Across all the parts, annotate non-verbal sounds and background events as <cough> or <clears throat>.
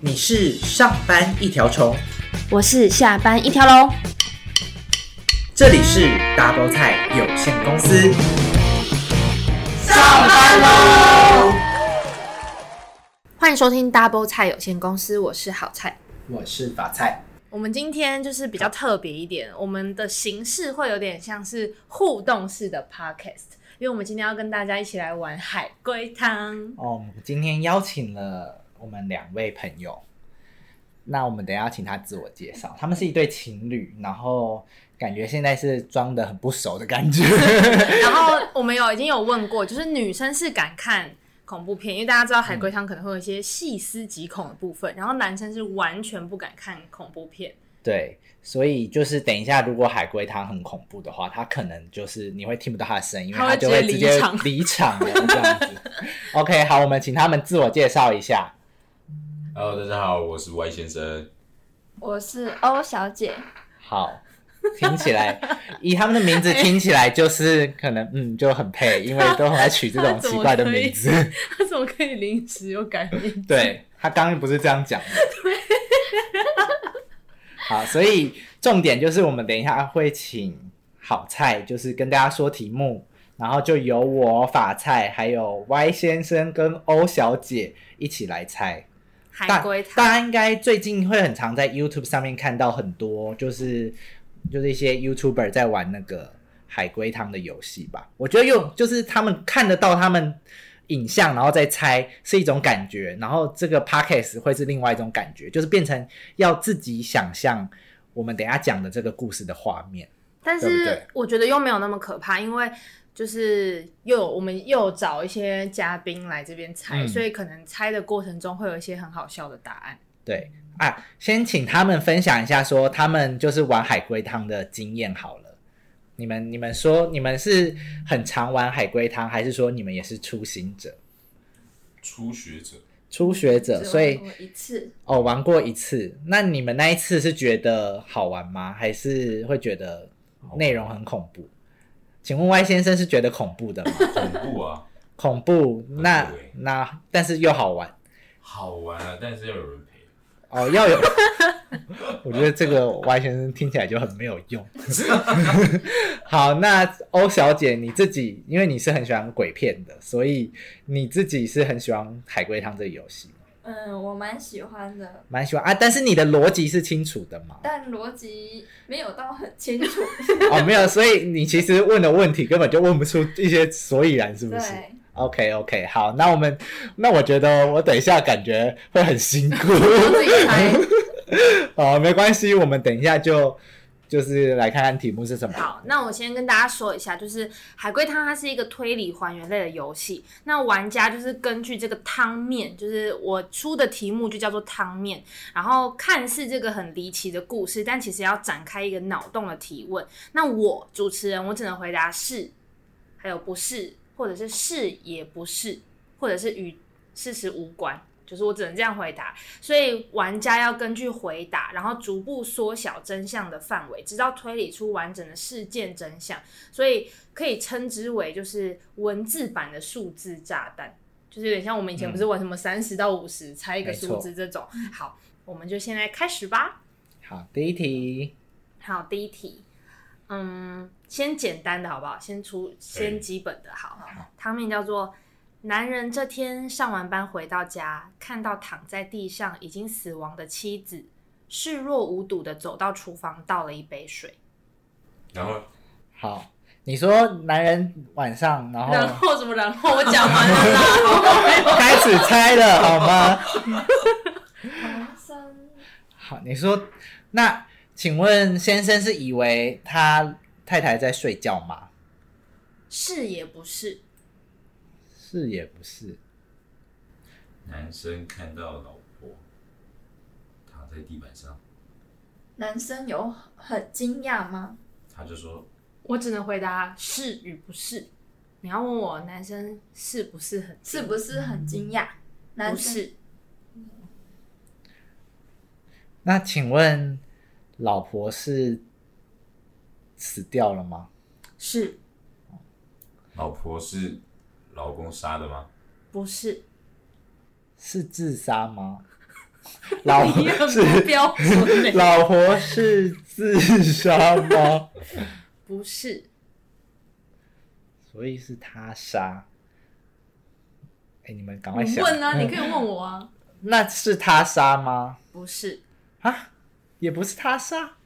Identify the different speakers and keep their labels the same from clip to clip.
Speaker 1: 你是上班一条虫，
Speaker 2: 我是下班一条龙。
Speaker 1: 这里是 Double 菜有限公司。
Speaker 2: 欢迎收听 Double 菜有限公司，我是好菜。
Speaker 1: 我是法菜，
Speaker 2: 我们今天就是比较特别一点，我们的形式会有点像是互动式的 podcast，因为我们今天要跟大家一起来玩海龟汤。
Speaker 1: 哦，我们今天邀请了我们两位朋友，那我们等一下请他自我介绍。他们是一对情侣，然后感觉现在是装的很不熟的感 <laughs> 觉。
Speaker 2: 然后我们有已经有问过，就是女生是敢看恐怖片，因为大家知道海龟汤可能会有一些细思极恐的部分，然后男生是完全不敢看恐怖片。
Speaker 1: 对，所以就是等一下，如果海龟汤很恐怖的话，他可能就是你会听不到他的声音，因为
Speaker 2: 它会
Speaker 1: 他就会
Speaker 2: 直
Speaker 1: 直
Speaker 2: 接
Speaker 1: 接
Speaker 2: 离
Speaker 1: 离
Speaker 2: 场
Speaker 1: 场了这样
Speaker 2: <laughs>
Speaker 1: 子。OK，好，我们请他们自我介绍一下。
Speaker 3: Hello，大家好，我是 Y 先生。
Speaker 4: 我是欧小姐，
Speaker 1: 好，听起来以他们的名字听起来就是可能嗯就很配，因为都很爱取这种奇怪的名字。
Speaker 2: 他 <laughs> 怎么可以临时又改名？
Speaker 1: 对他刚刚不是这样讲的。好，所以重点就是我们等一下会请好菜，就是跟大家说题目，然后就由我法菜还有 Y 先生跟欧小姐一起来猜。
Speaker 2: 海
Speaker 1: 大
Speaker 2: 龟汤
Speaker 1: 大家应该最近会很常在 YouTube 上面看到很多，就是就是一些 YouTuber 在玩那个海龟汤的游戏吧。我觉得有，就是他们看得到他们影像，然后再猜是一种感觉，然后这个 Podcast 会是另外一种感觉，就是变成要自己想象我们等一下讲的这个故事的画面。
Speaker 2: 但
Speaker 1: 对不对
Speaker 2: 是我觉得又没有那么可怕，因为就是又有我们又找一些嘉宾来这边猜，
Speaker 1: 嗯
Speaker 2: 所以可能猜的过程中会有一些很好笑的答案。
Speaker 1: 对啊，先请他们分享一下，说他们就是玩海龟汤的经验好了。你们你们说你们是很常玩海龟汤，还是说你们也是初行者、
Speaker 3: 初学者，
Speaker 1: 初学者？
Speaker 4: 只
Speaker 1: 所以
Speaker 4: 玩过一次，
Speaker 1: 哦，玩过一次。那你们那一次是觉得好玩吗？还是会觉得内容很恐怖？请问 Y 先生是觉得恐怖 <laughs> 的吗？
Speaker 3: 恐怖啊， <laughs>
Speaker 1: 恐怖，那
Speaker 3: 很恐怖欸
Speaker 1: 那但是又好玩。
Speaker 3: 好玩啊，但是要有人陪。
Speaker 1: <laughs> 哦，要有，我觉得这个 Y 先生听起来就很没有用。 <laughs> 好，那欧小姐你自己，因为你是很喜欢鬼片的，所以你自己是很喜欢海龟汤这个游戏，
Speaker 4: 嗯，我蛮喜欢的，
Speaker 1: 蛮喜欢啊。但是你的逻辑是清楚的嘛？
Speaker 4: 但逻辑没有到很清楚。
Speaker 1: 哦，没有，所以你其实问的问题根本就问不出一些所以然，是不是
Speaker 4: <laughs> 对，
Speaker 1: ？OK OK，好，那我们，那我觉得我等一下感觉会很辛苦。 <laughs>
Speaker 2: 我自己
Speaker 4: <laughs>
Speaker 2: 猜，
Speaker 1: 哦，没关系，我们等一下就就是来看看题目是什么。
Speaker 2: 好，那我先跟大家说一下，就是海龟汤它是一个推理还原类的游戏。那玩家就是根据这个汤面，就是我出的题目就叫做汤面，然后看似这个很离奇的故事，但其实要展开一个脑洞的提问。那我主持人，我只能回答是，还有不是，或者是是也不是，或者是与事实无关。就是我只能这样回答，所以玩家要根据回答，然后逐步缩小真相的范围，直到推理出完整的事件真相。所以可以称之为就是文字版的数字炸弹，就是有点像我们以前不是玩什么三十到五十猜一个
Speaker 1: 嗯没错
Speaker 2: 数字这种。好，我们就现在开始吧。
Speaker 1: 好，第一题，
Speaker 2: 好，第一题，嗯，先简单的好不好？先出先基本的好。汤面叫做“男人这天上完班回到家，看到躺在地上已经死亡的妻子，视若无睹的走到厨房倒了一杯水。
Speaker 3: 然后
Speaker 1: 好，你说男人晚上，然后
Speaker 2: 然后什么？然 <laughs> 后我
Speaker 4: <laughs>
Speaker 2: 讲完了啦。
Speaker 1: 开始猜了， <laughs> 好吗？
Speaker 4: 唐僧
Speaker 1: 好，你说，那请问先生是以为他太太在睡觉吗？
Speaker 2: <laughs> 是也不是，
Speaker 1: 是也不是，
Speaker 3: 男生看到老婆躺在地板上，
Speaker 4: 男生有很惊讶吗？
Speaker 3: 他就说
Speaker 2: 我只能回答是与不是。你要问我男生是不是很
Speaker 4: 是不是很惊讶？男
Speaker 2: 不
Speaker 4: 生
Speaker 2: 是？
Speaker 1: 那请问老婆是死掉了吗？
Speaker 2: 是
Speaker 3: 老婆是老公杀的吗？
Speaker 2: 不是，
Speaker 1: 是自杀
Speaker 2: <laughs>
Speaker 1: 吗？老
Speaker 2: 你很不
Speaker 1: <laughs> 是
Speaker 2: 标准欸
Speaker 1: 老婆是自杀吗？
Speaker 2: 不是，
Speaker 1: 所以是他杀。哎、你们赶快
Speaker 5: 你
Speaker 1: 想。嗯
Speaker 5: 问啊，你可以问我啊。
Speaker 1: 那是他杀吗？
Speaker 2: 不是，
Speaker 1: 啊，也不是他杀，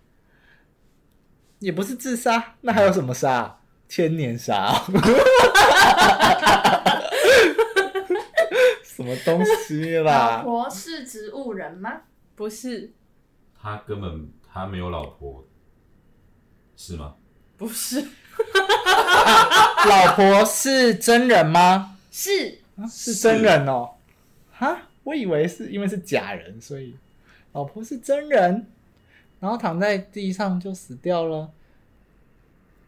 Speaker 1: 也不是自杀，那还有什么杀？千年杀 <laughs> 哦、什么东西
Speaker 4: 老
Speaker 1: 啦？
Speaker 4: 婆是植物人吗？
Speaker 5: 不是，
Speaker 3: 他根本他没有老婆，是吗？
Speaker 5: 不是，
Speaker 1: 老婆是真人吗？
Speaker 2: 是
Speaker 1: 啊是真人哦。哈，我以为是因为是假人，所以老婆是真人，然后躺在地上就死掉了。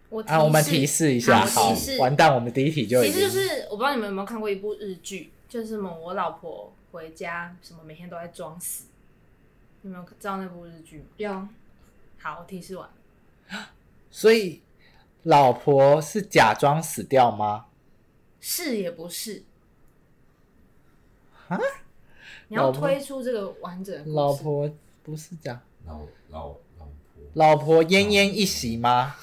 Speaker 2: 我
Speaker 1: 啊，我们
Speaker 2: 示
Speaker 1: 提示一下，
Speaker 2: 好
Speaker 1: 好
Speaker 2: 提示，
Speaker 1: 完蛋，我们第一题就已
Speaker 2: 其
Speaker 1: 经
Speaker 2: 实就是我不知道你们有没有看过一部日剧，就是什么我老婆回家什么每天都在装死，你们有知道那部日剧吗？
Speaker 4: 有，
Speaker 2: 好，我提示完，
Speaker 1: 所以老婆是假装死掉吗？
Speaker 2: 是也不是。
Speaker 1: 啊？
Speaker 2: 你要
Speaker 1: 老婆
Speaker 2: 推出这个完整的故事
Speaker 5: <laughs>
Speaker 1: 老婆不是假，
Speaker 3: 老老老
Speaker 2: <laughs>
Speaker 3: 婆
Speaker 1: 老婆奄奄一息吗？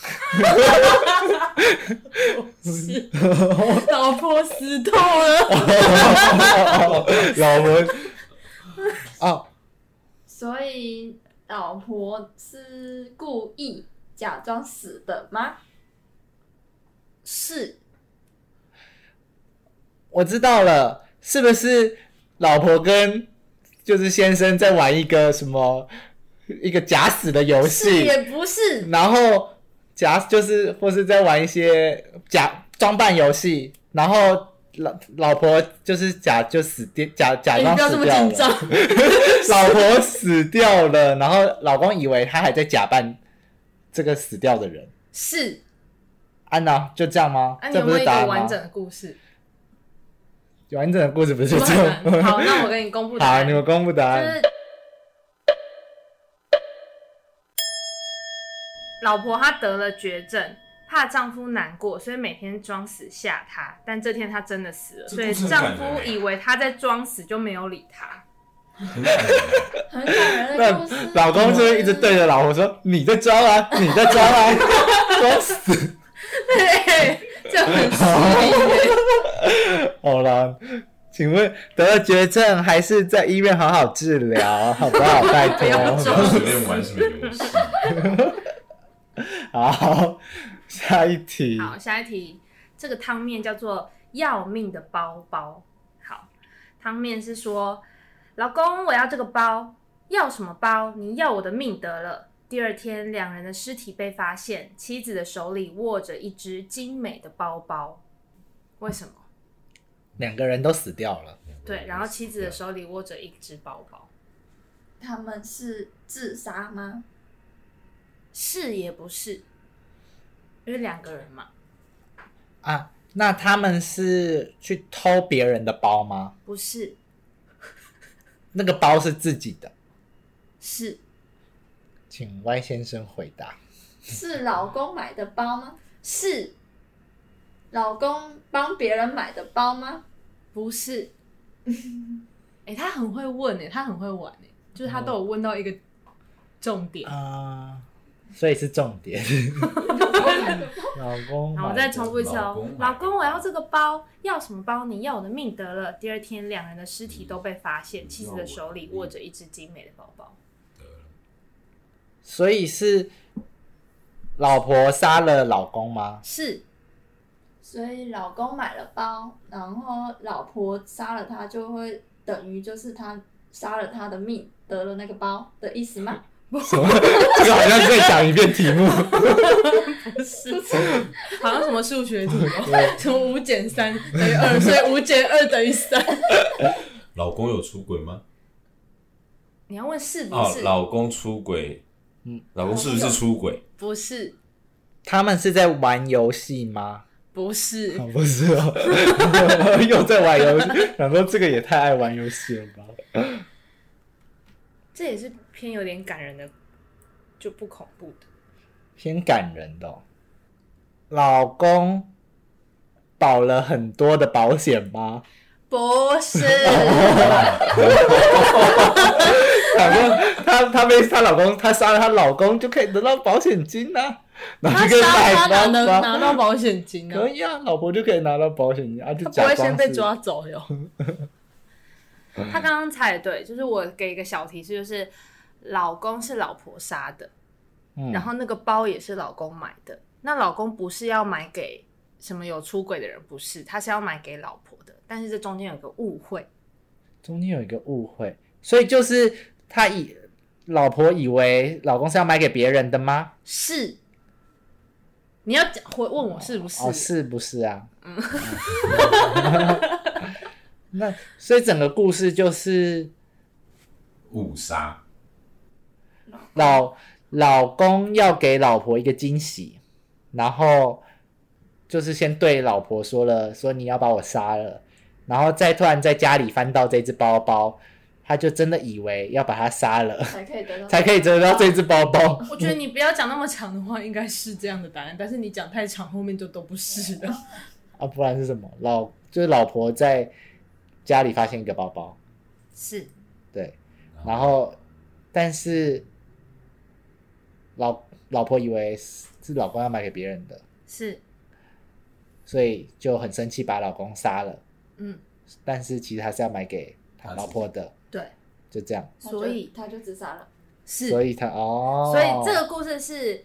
Speaker 2: 是老婆死透了，
Speaker 1: 老婆 <laughs> 哦，
Speaker 4: 所以老婆是故意假装死的吗？
Speaker 2: 是
Speaker 1: 我知道了，是不是老婆跟就是先生在玩一个什么一个假死的游
Speaker 2: 是
Speaker 1: 戏？
Speaker 2: 也不是，
Speaker 1: 然后假就是或是在玩一些假装扮游戏，然后老老婆就是假就死掉，假假
Speaker 2: 哎你
Speaker 1: 装
Speaker 2: 不要这
Speaker 1: 死
Speaker 2: 么
Speaker 1: 掉
Speaker 2: 紧
Speaker 1: 了，
Speaker 2: 张，
Speaker 1: 老婆死掉了，然后老公以为他还在假扮这个死掉的人。
Speaker 2: 是。
Speaker 1: 安娜就这样吗？
Speaker 2: 啊那、你
Speaker 1: 这
Speaker 2: 有
Speaker 1: 不
Speaker 2: 没有
Speaker 1: 是
Speaker 2: 一
Speaker 1: 答
Speaker 2: 个
Speaker 1: 案
Speaker 2: 完
Speaker 1: 吗
Speaker 2: 整？的故事？
Speaker 1: 完整的故事 <laughs> 不是
Speaker 2: 不
Speaker 1: 这
Speaker 2: 很
Speaker 1: 样。
Speaker 2: 难
Speaker 1: <laughs>
Speaker 2: 好，那我给你公布答
Speaker 1: 好，
Speaker 2: 案。
Speaker 1: 你们公布答
Speaker 2: 就
Speaker 1: 案。
Speaker 2: 是老婆她得了绝症，怕丈夫难过，所以每天装死吓她。但这天她真的死了，
Speaker 3: 这
Speaker 2: 所以
Speaker 3: 故事很
Speaker 2: 丈
Speaker 3: 感人
Speaker 2: 夫
Speaker 3: 欸
Speaker 2: 以为她在装死，就没有理
Speaker 1: <laughs>
Speaker 2: 她。 <laughs>
Speaker 3: 很感人
Speaker 4: 很感人的故事
Speaker 1: 那。老公就会一直对着老婆说：“你在装啊，你在装啊， <laughs> 装死。”
Speaker 2: 对，这很失
Speaker 1: 好啦，请问得了绝症还是在医院好好治
Speaker 2: <laughs>
Speaker 1: 疗，好不好？拜
Speaker 2: 不要
Speaker 3: 不要
Speaker 1: 托。
Speaker 3: 随便玩什么游戏，
Speaker 1: 好，下一题
Speaker 2: 礼。好，下一题，这个汤面叫做“要命的包包”。好，汤面是说，老公，我要这个包，要什么包？你要我的命得了。第二天，两人的尸体被发现，妻子的手里握着一只精美的包包。为什么？
Speaker 1: 两个人都死掉了，
Speaker 2: <laughs> 对，然后妻子的
Speaker 3: 啊
Speaker 2: 手里握着一只包包，
Speaker 4: <laughs> 他们是自杀吗？
Speaker 2: 是也不是？因为两个人嘛，
Speaker 1: 啊，那他们是去偷别人的包吗？
Speaker 2: 不是，
Speaker 1: 那个包是自己的，
Speaker 2: 是
Speaker 1: 请 Y 先生回答。
Speaker 4: 是老公买的包吗？是老公帮别人买的包吗？
Speaker 2: 不 <laughs> 是？
Speaker 5: 哎、他很会问哎、他很会玩哎、就是他都有问到一个重点。
Speaker 3: Oh
Speaker 1: 啊、所以是重
Speaker 2: <laughs>
Speaker 1: 点。老公买的，
Speaker 2: 然后我再重复一次
Speaker 3: 老
Speaker 2: 哦
Speaker 3: 公，买
Speaker 2: 老公，我要这个包，要什么包？你要我的命得了。第二天，两人的尸体都被发现，
Speaker 3: 嗯
Speaker 2: 妻子的手里握着一只精美的包包，
Speaker 1: 所以是老婆杀了老公吗？
Speaker 2: 是
Speaker 4: 所以老公买了包，然后老婆杀了他，就会等于就是他杀了他的命，得了那个包的意思吗？
Speaker 1: 什么？这个好像再讲一遍题
Speaker 2: <laughs>
Speaker 1: 目。
Speaker 5: 不是， <laughs> 好像什么数学题
Speaker 3: <laughs>
Speaker 5: 哦，什么五减三等于二，所以五减二等于三。
Speaker 3: 老公有出轨吗？
Speaker 2: 你要问是不
Speaker 3: 哦，
Speaker 2: 是？
Speaker 3: 老公出轨，
Speaker 1: 嗯
Speaker 3: 老公是不是出轨？
Speaker 5: 不是，
Speaker 1: 他们是在玩游戏吗？
Speaker 5: 不是，
Speaker 1: 不是哦，又在玩游戏。想说这个也太爱玩游戏了吧？
Speaker 2: 这也是偏有点感人的，就不恐怖的。
Speaker 1: 偏感人的哦、老公保了很多的保险吗？
Speaker 2: 不
Speaker 1: <laughs>
Speaker 2: 是，
Speaker 1: 老公，她她被她老公，她杀了她老公就可以得到保险金呐、啊，然后
Speaker 5: 他
Speaker 1: 就可以买
Speaker 5: 杀他拿能
Speaker 1: 包
Speaker 5: 拿到保险金啊
Speaker 1: 可，以啊，老婆就可以拿到保险金啊，就
Speaker 5: 他不
Speaker 1: 假
Speaker 5: 会
Speaker 1: 装
Speaker 5: 先被
Speaker 1: 是
Speaker 5: 抓走哟。
Speaker 2: <laughs> 他刚刚猜的对，就是我给一个小提示，就是老公是老婆杀的，
Speaker 1: 嗯
Speaker 2: 然后那个包也是老公买的。那老公不是要买给什么有出轨的人，不是，他是要买给老婆的。但是这中间有个误会，
Speaker 1: 中间有一个误会，所以就是她以老婆以为老公是要买给别人的吗？
Speaker 2: 是你要讲回问我是不是？
Speaker 1: 哦，是不是啊？嗯， <laughs> 那所以整个故事就是
Speaker 3: 误杀，
Speaker 1: 老老公要给老婆一个惊喜，然后就是先对老婆说了，说你要把我杀了，然后再突然在家里翻到这只包包，他就真的以为要把他杀了， <laughs>
Speaker 4: 才可以得到，哦
Speaker 1: 才可以得到这只包包。
Speaker 5: 我觉得你不要讲那么长的话，应该是这样的答案，但是你讲太长，后面就都不是 <laughs> 了。
Speaker 1: 啊，不然是什么？老就是老婆在家里发现一个包包，
Speaker 2: 是
Speaker 1: 对，然后但是老老婆以为是是老公要买给别人的，
Speaker 2: 是，
Speaker 1: 所以就很生气，把老公杀了。
Speaker 2: 嗯，
Speaker 1: 但是其实还是要买给他老婆的，
Speaker 2: 对，
Speaker 1: 就这样。
Speaker 4: 他就
Speaker 2: 所以
Speaker 4: 他就自杀了。
Speaker 2: 是，
Speaker 1: 所以他哦，
Speaker 2: 所以这个故事是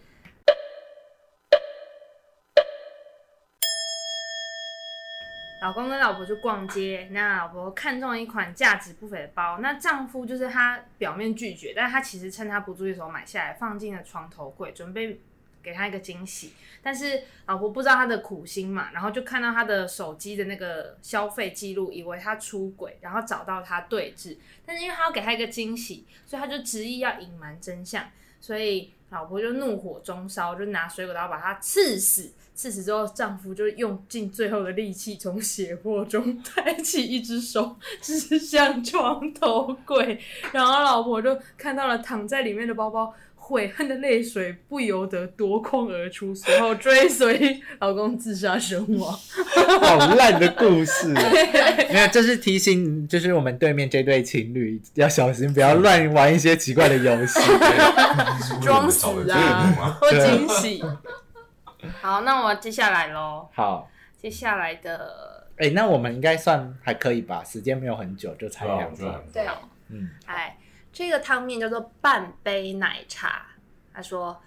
Speaker 2: 老公跟老婆去逛街，那老婆看中了一款价值不菲的包，那丈夫就是他表面拒绝，但他其实趁他不注意的时候买下来，放进了床头柜，准备给他一个惊喜。但是老婆不知道他的苦心嘛，然后就看到他的手机的那个消费记录，以为他出轨，然后找到他对峙，但是因为他要给他一个惊喜，所以他就执意要隐瞒真相，所以老婆就怒火中烧，就拿水果刀把他刺死。刺死之后，丈夫就用尽最后的力气从血泊中
Speaker 5: <laughs> 抬起一只手指向床头柜，然后老婆就看到了躺在里面的包包，悔恨的泪水不由得夺眶而出，随后追随老公自杀身亡。
Speaker 1: 好烂的故事。没有，这是提醒，就是我们对面这对情侣要小心，不要乱玩一些奇怪的游戏。
Speaker 5: 装死啊，或惊喜。 <laughs>
Speaker 2: 好，那我接下来
Speaker 1: <laughs>
Speaker 2: 喽，
Speaker 1: 好，
Speaker 2: 接下来的，
Speaker 1: 哎、那我们应该算还可以吧？时间没有很久，就才
Speaker 3: 对啊，
Speaker 1: 两
Speaker 3: 我觉得
Speaker 1: 个。
Speaker 3: 很
Speaker 4: 对，
Speaker 1: 嗯，
Speaker 2: 哎，这个汤面叫做半杯奶茶。他说。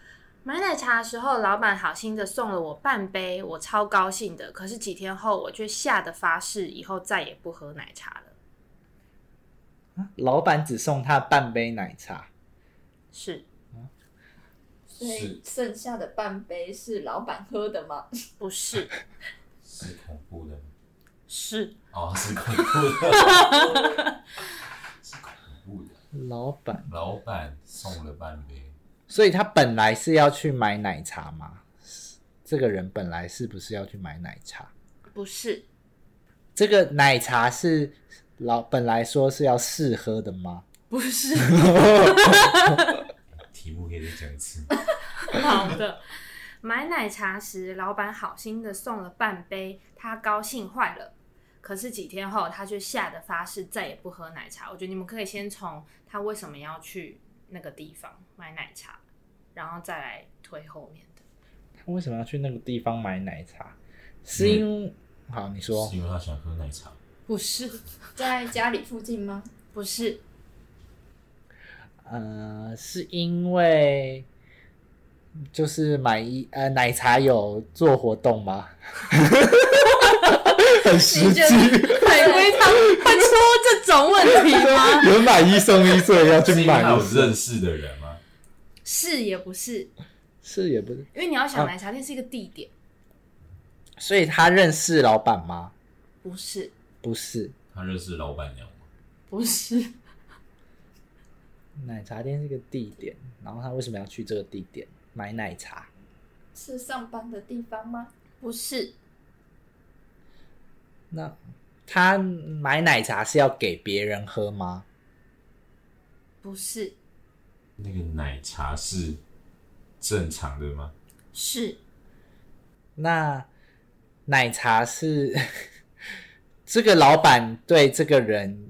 Speaker 2: 买奶茶的时候，老板好心的送了我半杯，我超高兴的。可是几天后，我却吓得发誓，以后再也不喝奶茶了。
Speaker 1: 老板只送他半杯奶茶，
Speaker 2: 是
Speaker 4: 所以剩下的半杯是老板喝的吗？
Speaker 2: 不是？
Speaker 3: 是恐怖的，
Speaker 2: 是
Speaker 3: 哦，是恐怖的， <laughs> 是恐怖的。
Speaker 1: 老板，
Speaker 3: 老板送了半杯，
Speaker 1: 所以他本来是要去买奶茶吗？这个人本来是不是要去买奶茶？
Speaker 2: 不是，
Speaker 1: 这个奶茶是老本来说是要试喝的吗？
Speaker 5: 不是
Speaker 3: 题目可以再讲一次。
Speaker 2: <laughs>
Speaker 5: 好的，
Speaker 2: 买奶茶时，老板好心的送了半杯，他高兴坏了。可是几天后，他却吓得发誓再也不喝奶茶。我觉得你们可以先从他为什么要去那个地方买奶茶，然后再来推后面的。
Speaker 1: 他为什么要去那个地方买奶茶？是因、好你说
Speaker 3: 是因为他想喝奶茶，
Speaker 5: 不是，
Speaker 4: 在家里附近吗？
Speaker 2: <laughs>
Speaker 5: <laughs>
Speaker 2: 不是，
Speaker 1: 呃，是因为就是买一呃奶茶有做活动吗？ <laughs> 很实际，
Speaker 5: 海龟汤会出这种问题吗？
Speaker 1: <laughs> 有买一送一，所以要
Speaker 3: 是
Speaker 1: 去
Speaker 3: 因为
Speaker 1: 买
Speaker 3: 他。有认识的人吗？
Speaker 2: 是也不是，因
Speaker 1: 是也不是，
Speaker 2: 为你要想
Speaker 1: 啊
Speaker 2: 奶茶店是一个地点，
Speaker 1: 所以他认识老板吗？
Speaker 2: 不是，
Speaker 1: 不是，
Speaker 3: 他认识老板娘吗？
Speaker 5: 不是，
Speaker 1: 奶茶店是个地点，然后他为什么要去这个地点买奶茶？
Speaker 4: 是上班的地方吗？
Speaker 2: 不是，
Speaker 1: 那他买奶茶是要给别人喝吗？
Speaker 2: 不是，
Speaker 3: 那个奶茶是正常的吗？
Speaker 2: 是
Speaker 1: 那奶茶是 <laughs> 这个老板对这个人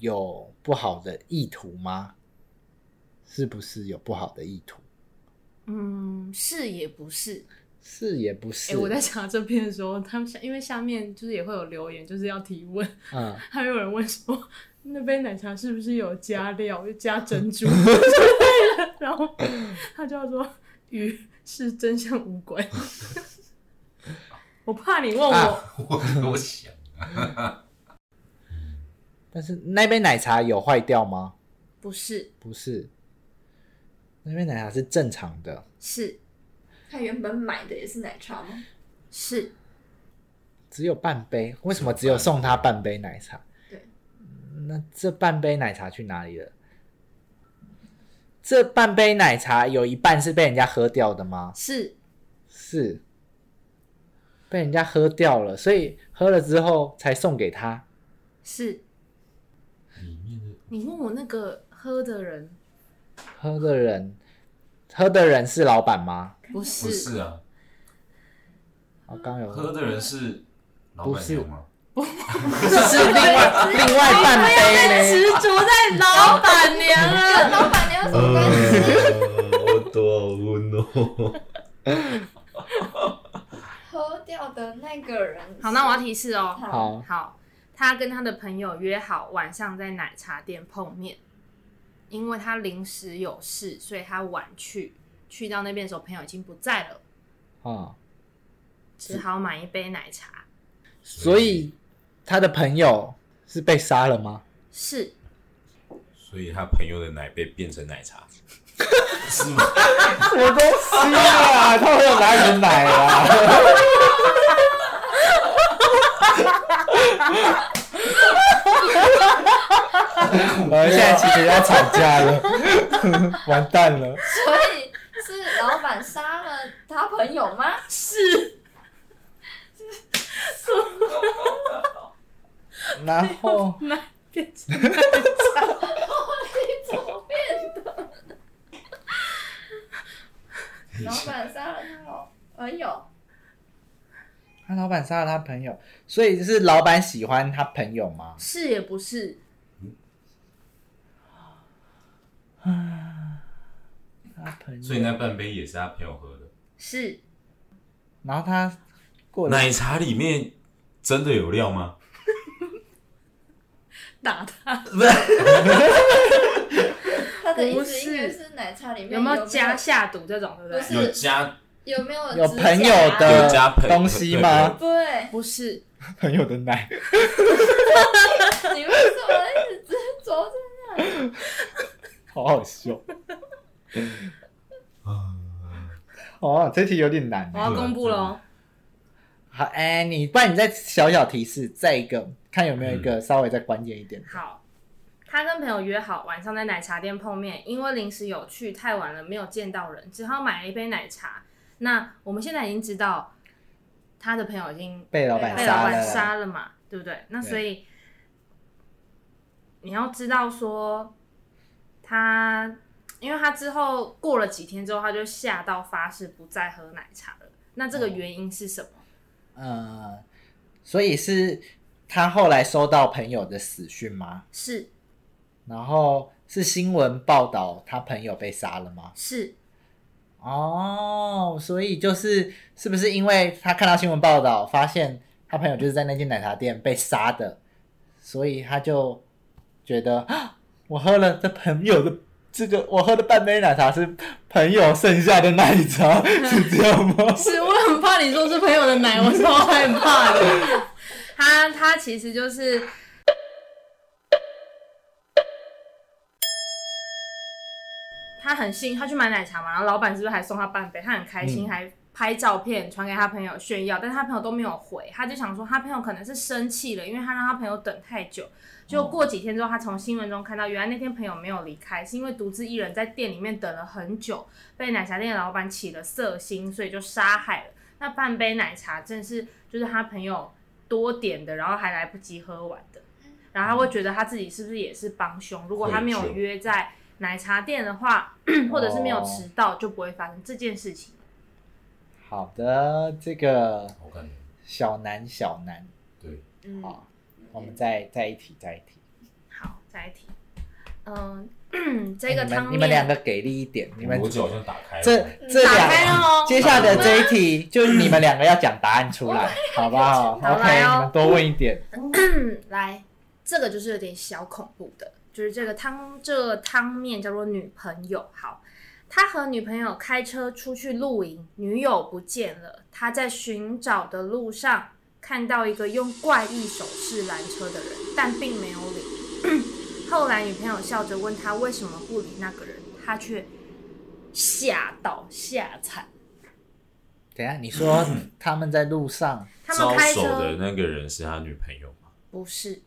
Speaker 1: 有不好的意图吗？是不是有不好的意图？
Speaker 2: 嗯，是也不是，
Speaker 1: 是也不是？
Speaker 5: 哎、我在查这篇的时候，他们下因为下面就是也会有留言，就是要提问，
Speaker 1: 嗯，
Speaker 5: 还有人问说那杯奶茶是不是有加料，就加珍珠之类的， <laughs> 然后他就要说与是真相无关。 <laughs> 我怕你问我，
Speaker 1: 啊
Speaker 3: <laughs> 我我想
Speaker 1: 但是那杯奶茶有坏掉吗？
Speaker 2: 不是，
Speaker 1: 不是，那杯奶茶是正常的。
Speaker 2: 是
Speaker 4: 他原本买的也是奶茶吗？
Speaker 2: 是
Speaker 1: 只有半杯，为什么只有送他半杯奶茶？
Speaker 4: 对，
Speaker 1: 那这半杯奶茶去哪里了？这半杯奶茶有一半是被人家喝掉的吗？
Speaker 2: 是
Speaker 1: 是，被人家喝掉了，所以喝了之后才送给他。
Speaker 2: 是。
Speaker 3: 里面的
Speaker 2: 你问我那个喝的人
Speaker 1: 喝的人，喝的人是老板吗？
Speaker 2: 不
Speaker 3: 不
Speaker 2: 是，
Speaker 3: 是啊，
Speaker 1: 我刚有
Speaker 3: 喝的人是老板娘吗？
Speaker 1: 是另外另外半杯
Speaker 2: 哎
Speaker 1: 呢？
Speaker 2: 执着在老板娘啊。
Speaker 4: <laughs> 跟老板娘有什么关
Speaker 6: <laughs>
Speaker 4: 系？
Speaker 6: 我多温哦。
Speaker 4: 喝掉的那个人。
Speaker 2: 好，那我要提示哦。
Speaker 1: 好，
Speaker 2: 好，他跟他的朋友约好晚上在奶茶店碰面，因为他临时有事，所以他晚去。去到那边的时候，朋友已经不在了，
Speaker 1: 啊、
Speaker 2: 只好买一杯奶茶。
Speaker 1: 所以他的朋友是被杀了吗？
Speaker 2: 是
Speaker 6: 所以他朋友的奶被变成奶茶，
Speaker 3: 是吗？
Speaker 1: 什么东西啊？他们有哪里的奶啊？我呃们现在其实要吵架了， <laughs> 完蛋了！
Speaker 4: 所以是老板杀了他朋友
Speaker 2: <laughs>
Speaker 4: 吗？
Speaker 1: 然后
Speaker 5: 那变成
Speaker 4: 你怎么变的？老板杀了他朋友，
Speaker 1: 他老板杀了他朋友，所以是老板喜欢他朋友吗？
Speaker 2: 是也不是，
Speaker 1: 他朋
Speaker 3: 所以那半杯也是他朋友喝的。
Speaker 2: 是
Speaker 1: 然后他过了
Speaker 6: 奶茶里面真的有料吗？
Speaker 5: 打他，
Speaker 4: 他的意思应该是奶茶里面
Speaker 2: 有
Speaker 4: 没
Speaker 2: 没
Speaker 4: 有
Speaker 2: 有加下毒这种，对不
Speaker 4: 不
Speaker 2: 对？
Speaker 4: 是
Speaker 6: 有加
Speaker 4: 有没有
Speaker 1: 有
Speaker 4: 指甲
Speaker 1: 朋友
Speaker 6: 有
Speaker 1: 的
Speaker 6: 加朋
Speaker 1: 东西吗？
Speaker 4: 对，
Speaker 2: 不是，
Speaker 1: 朋友的奶，
Speaker 4: 你为什么一直执着在？
Speaker 1: 好好笑
Speaker 6: 啊？
Speaker 1: 哦！这题有点难
Speaker 2: 我。要公布喽。
Speaker 1: 好，哎、你不然你再小小提示，再一个，看有没有一个稍微再关键一点。
Speaker 2: 好，他跟朋友约好晚上在奶茶店碰面，因为临时有去太晚了，没有见到人，只好买了一杯奶茶。那我们现在已经知道他的朋友已经
Speaker 1: 被老板
Speaker 2: 被老
Speaker 1: 杀
Speaker 2: 板
Speaker 1: 了，
Speaker 2: 杀了嘛，对不对？那所以你要知道说他，因为他之后过了几天之后，他就吓到发誓不再喝奶茶了。那
Speaker 1: 哦
Speaker 2: 这个原因是什么？
Speaker 1: 呃，所以是他后来收到朋友的死讯吗？
Speaker 2: 是
Speaker 1: 然后是新闻报道他朋友被杀了吗？
Speaker 2: 是
Speaker 1: 哦，所以就是是不是因为他看到新闻报道，发现他朋友就是在那间奶茶店被杀的，所以他就觉得 <gasps> 啊我喝了这朋友的这个，我喝的半杯奶茶是朋友剩下的奶茶，是这样 <laughs> 吗？
Speaker 5: 是我很怕你说是朋友的奶，我超害怕的。
Speaker 2: 他，他其实就是他很幸运，他去买奶茶嘛，然后老板是不是还送他半杯？他很开心，
Speaker 1: 嗯
Speaker 2: 还拍照片传给他朋友炫耀，但是他朋友都没有回，他就想说他朋友可能是生气了，因为他让他朋友等太久。就过几天之后，他从新闻中看到，原来那天朋友没有离开，是因为独自一人在店里面等了很久，被奶茶店的老板起了色心，所以就杀害了。那半杯奶茶正是就是他朋友多点的，然后还来不及喝完的，然后他会觉得他自己是不是也是帮凶？如果他没有约在奶茶店的话， <clears throat> 或者是没
Speaker 1: 哦
Speaker 2: 有迟到，就不会发生这件事情。
Speaker 1: 好的，这个
Speaker 3: 我感觉
Speaker 1: 小南小南，
Speaker 3: 对，
Speaker 2: 嗯，
Speaker 4: 好
Speaker 1: 我们再再一题再一题。
Speaker 2: 好，再一题。嗯， <clears throat> 这个
Speaker 1: 哎你
Speaker 2: 汤面
Speaker 1: 们你们两个给力一点，你们
Speaker 6: 逻辑好像打开了。
Speaker 1: 这这
Speaker 2: 打开
Speaker 1: 两
Speaker 2: 了哦，
Speaker 1: 接下来的这一题就是你们两个要讲答案出
Speaker 2: <laughs>
Speaker 1: 来，好不好
Speaker 2: 好
Speaker 1: ？OK，
Speaker 2: 来哦
Speaker 1: 你们多问一点。
Speaker 2: 来，这个就是有点小恐怖的，就是这个汤这个汤面叫做女朋友。好，他和女朋友开车出去露营，女友不见了，他在寻找的路上看到一个用怪异手势拦车的人，但并没有理。 <clears throat> 后来女朋友笑着问他为什么不理那个人，他却吓到吓惨。
Speaker 1: 等一下，你说他们在路上，
Speaker 2: 他们
Speaker 6: 招
Speaker 2: 开
Speaker 6: 手的
Speaker 2: 车
Speaker 6: 那个人是他女朋友吗？
Speaker 2: 不是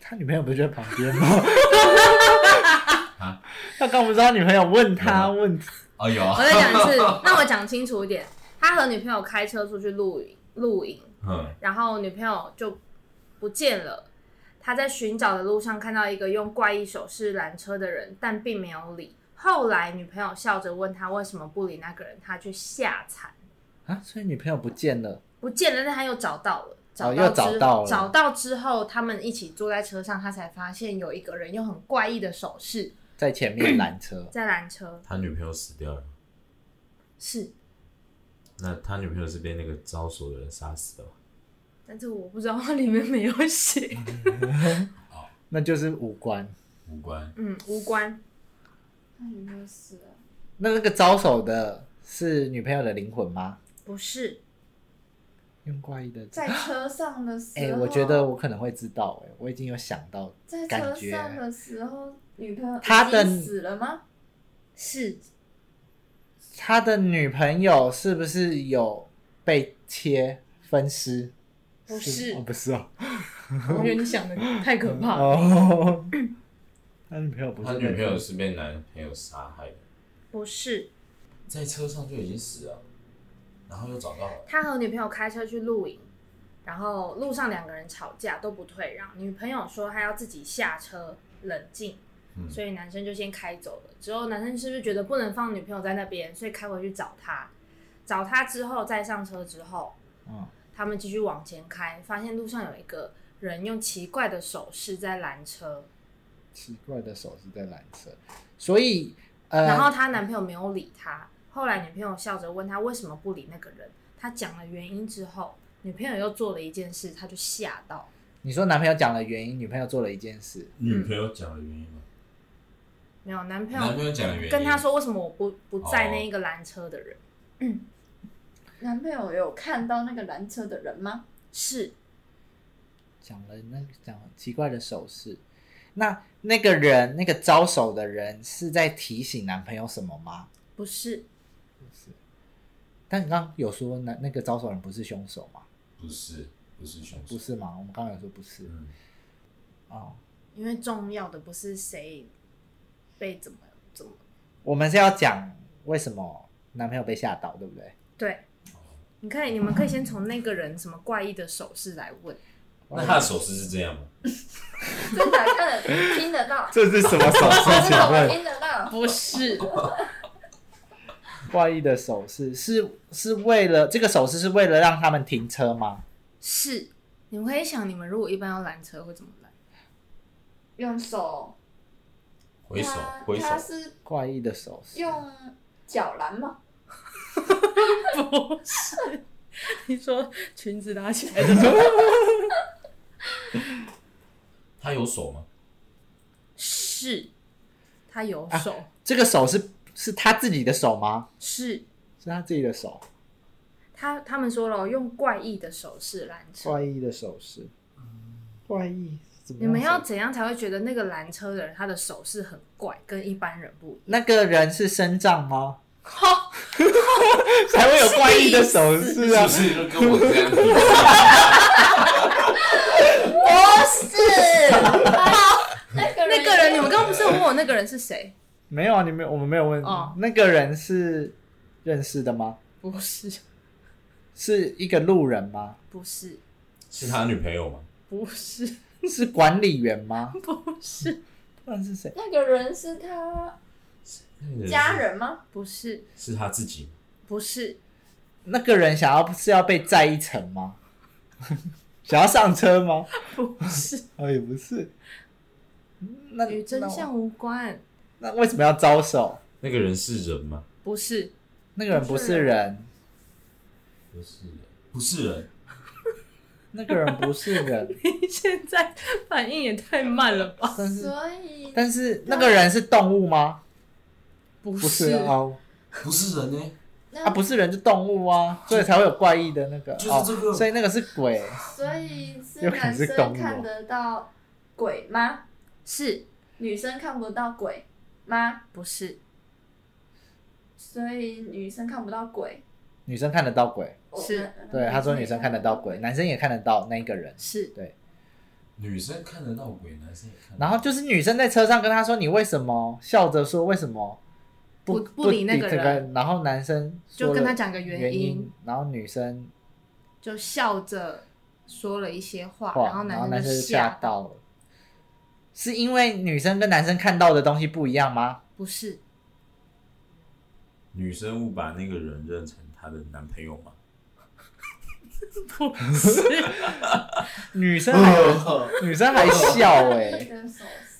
Speaker 1: 他女朋友不就在旁边吗？ <laughs>
Speaker 3: 啊
Speaker 1: 他刚不是他女朋友问他
Speaker 3: 有
Speaker 1: 问，
Speaker 3: 哦
Speaker 1: <laughs>
Speaker 3: 有
Speaker 2: 我
Speaker 3: 啊，
Speaker 2: 再讲一次，那我讲清楚一点。他和女朋友开车出去露营，露营，
Speaker 3: 嗯，
Speaker 2: 然后女朋友就不见了。他在寻找的路上看到一个用怪异手势拦车的人，但并没有理。后来女朋友笑着问他为什么不理那个人，他却吓惨，
Speaker 1: 啊，所以女朋友不见了，
Speaker 2: 不见了，但他又找到了。
Speaker 1: 哦
Speaker 2: 找
Speaker 1: 又
Speaker 2: 之
Speaker 1: 找到了
Speaker 2: 找到之后，他们一起坐在车上，他才发现有一个人用很怪异的手势。
Speaker 1: 在前面拦车 <laughs>
Speaker 2: 在拦车。
Speaker 6: 他女朋友死掉了，
Speaker 2: 是，
Speaker 6: 那他女朋友是被那个招手的人杀死的吗？
Speaker 5: 但是我不
Speaker 2: <laughs>
Speaker 5: 知道它里面没有写。
Speaker 1: 那就是无关。
Speaker 3: 无关，
Speaker 2: 嗯，无关。
Speaker 4: 他女朋友死了，
Speaker 1: 那那个招手的是女朋友的灵魂吗？
Speaker 2: 不是，
Speaker 1: 用怪异的。
Speaker 4: 在车上的时
Speaker 1: 哎、
Speaker 4: 候，啊
Speaker 1: 我觉得我可能会知道、哎，我已经有想到，
Speaker 4: 在
Speaker 1: 感
Speaker 4: 车
Speaker 1: 觉
Speaker 4: 上的时候，女朋友已
Speaker 1: 他的
Speaker 4: 经死了吗？
Speaker 2: 是
Speaker 1: 他的女朋友是不是有被切分尸？
Speaker 2: 不是
Speaker 1: 哦不是哦，
Speaker 5: 我觉得你想的太可怕了。
Speaker 1: 哦，他女朋友不
Speaker 6: 他
Speaker 1: 是
Speaker 6: 女朋友是被男朋友杀害的，
Speaker 2: 不是？
Speaker 6: 在车上就已经死了，然后又找到了。
Speaker 2: 他和女朋友开车去露营，然后路上两个人吵架都不退让，女朋友说她要自己下车冷静，
Speaker 3: 嗯
Speaker 2: 所以男生就先开走了。之后男生是不是觉得不能放女朋友在那边，所以开回去找她？找她之后再上车之后，
Speaker 1: 嗯，
Speaker 2: 他们继续往前开，发现路上有一个人用奇怪的手势在拦车，
Speaker 1: 奇怪的手是在拦车，所以呃，
Speaker 2: 然后她男朋友没有理她。后来女朋友笑着问她为什么不理那个人，她讲了原因之后，女朋友又做了一件事，她就吓到。
Speaker 1: 你说男朋友讲了原因，女朋友做了一件事，
Speaker 3: 女朋友讲的原因吗？
Speaker 2: 没有男朋
Speaker 6: 男朋
Speaker 2: 友
Speaker 6: 友讲的原因，哦
Speaker 2: 跟他说为什么我不不在那一个拦车的人、
Speaker 4: 男朋友有看到那个拦车的人吗？
Speaker 2: 是
Speaker 1: 讲了那讲了奇怪的手势，那那个人那个招手的人是在提醒男朋友什么吗？
Speaker 2: 不是
Speaker 1: 不是，但你刚刚有说那那个招手人不是凶手吗？
Speaker 3: 不是，不是凶手
Speaker 1: 不，是吗？我们刚刚有说不是
Speaker 3: 嗯，
Speaker 1: 哦，
Speaker 2: 因为重要的不是谁被怎么怎么
Speaker 1: 我们是要讲为什么男朋友被吓到，对不对？，
Speaker 2: 对，
Speaker 6: 哦
Speaker 2: 你可以你们可以先从那个人什么怪异的手势来问，
Speaker 6: 那他的手势是这样吗？
Speaker 4: 真的看得听得到 <laughs>
Speaker 1: 这是什么手势？
Speaker 4: 真
Speaker 1: 请
Speaker 4: 的
Speaker 2: <laughs>
Speaker 4: 我
Speaker 1: 问
Speaker 4: 听得到。
Speaker 5: 不是，
Speaker 1: 怪异的手势是是为了这个手势是为了让他们停车吗？
Speaker 2: 是你们可以想你们如果一般要拦车会怎么拦？
Speaker 4: 用手，
Speaker 6: 挥手
Speaker 4: 他，
Speaker 6: 挥手
Speaker 4: 他，是
Speaker 1: 怪异的手势，
Speaker 4: 用脚拦吗？
Speaker 5: 不是。你说裙子拉起来的时候，
Speaker 6: 他有手吗？
Speaker 2: 是他有
Speaker 1: 啊
Speaker 5: 手
Speaker 1: 这个手是是他自己的手吗？
Speaker 2: 是
Speaker 1: 是他自己的手，
Speaker 2: 他他们说了用怪异的手势拦车，
Speaker 1: 怪异的手势，怪异。怎么
Speaker 2: 你
Speaker 1: 样
Speaker 2: 们要
Speaker 1: 手
Speaker 2: 怎样才会觉得那个拦车的人他的手势很怪，跟一般人不一样？
Speaker 1: 那个人是身障
Speaker 2: <laughs>
Speaker 1: 吗？才会有怪异的手势
Speaker 6: 是
Speaker 1: 啊
Speaker 6: 不！是就跟我这样
Speaker 3: <laughs>
Speaker 6: 子？
Speaker 4: <laughs> 那
Speaker 2: <laughs>
Speaker 4: 个
Speaker 2: 那个人，你们刚刚不是有问我那个人是
Speaker 1: <laughs>
Speaker 2: 谁？
Speaker 1: 没有啊，你没有，我们没有问。
Speaker 2: 哦
Speaker 1: 那个人是认识的吗？
Speaker 5: 不是，
Speaker 1: 是一个路人吗？
Speaker 2: 不是，
Speaker 6: 是他女朋友吗？
Speaker 5: 不是，
Speaker 1: 是管理员吗？
Speaker 5: 不是，
Speaker 1: 不然是谁？
Speaker 4: 那个人是他
Speaker 6: 那个人是
Speaker 4: 家人吗？
Speaker 2: 不是，
Speaker 6: 是他自己吗，
Speaker 2: 不是，
Speaker 1: 那个人想要是要被载一层吗？ <laughs> 想要上车吗？
Speaker 2: 不是，
Speaker 1: 哦，也不是。那
Speaker 2: 与真相无关，
Speaker 1: 那那为什么要招手？
Speaker 3: 那个人是人吗？
Speaker 2: 不是，
Speaker 1: 那个人不是人，
Speaker 7: 不是人，不是人，
Speaker 1: 那个人不是人，
Speaker 2: 你现在反应也太慢了吧？
Speaker 1: 但是
Speaker 4: 所以
Speaker 1: 但是那个人是动物吗？
Speaker 2: 不
Speaker 1: 不是哦，
Speaker 7: 不是人呢、
Speaker 4: 那
Speaker 1: 啊，不是人是动物啊，所以才会有怪异的那个
Speaker 7: 就是这个
Speaker 1: 哦，所以那个是鬼。
Speaker 4: 所以是
Speaker 1: 有可能
Speaker 4: 男
Speaker 1: 是
Speaker 4: 生
Speaker 1: 动物
Speaker 4: 看得到鬼吗？
Speaker 2: 是
Speaker 4: 女生看不到鬼吗？
Speaker 2: 不是？
Speaker 4: 所以女生看不到鬼。
Speaker 1: 女生看得到鬼，
Speaker 4: 我
Speaker 2: 是
Speaker 4: 们呃
Speaker 1: 对，他说女生看得到鬼，男生也看得到那一个人。
Speaker 2: 是
Speaker 7: 女生看得到鬼，男生也看得到。
Speaker 1: 然后就是女生在车上跟他说：“你为什么笑着说为什么
Speaker 2: 不不
Speaker 1: 不
Speaker 2: 理那个
Speaker 1: 这
Speaker 2: 人
Speaker 1: 然后男生说
Speaker 2: 就跟
Speaker 1: 了
Speaker 2: 他讲个原
Speaker 1: 原
Speaker 2: 因，
Speaker 1: 然后女生
Speaker 2: 就笑着说了一些话，
Speaker 1: 话，
Speaker 2: 然后
Speaker 1: 然后
Speaker 2: 男
Speaker 1: 男
Speaker 2: 生
Speaker 1: 生
Speaker 2: 就
Speaker 1: 就
Speaker 2: 吓
Speaker 1: 吓到了。是因为女生跟男生看到的东西不一样吗？
Speaker 2: 不
Speaker 1: <laughs>
Speaker 2: 是，
Speaker 3: 女生误把那个人认成她的男朋友吗？
Speaker 2: 不是，
Speaker 1: 女生还女生还笑哎、
Speaker 4: 那
Speaker 2: <laughs>
Speaker 4: 个手势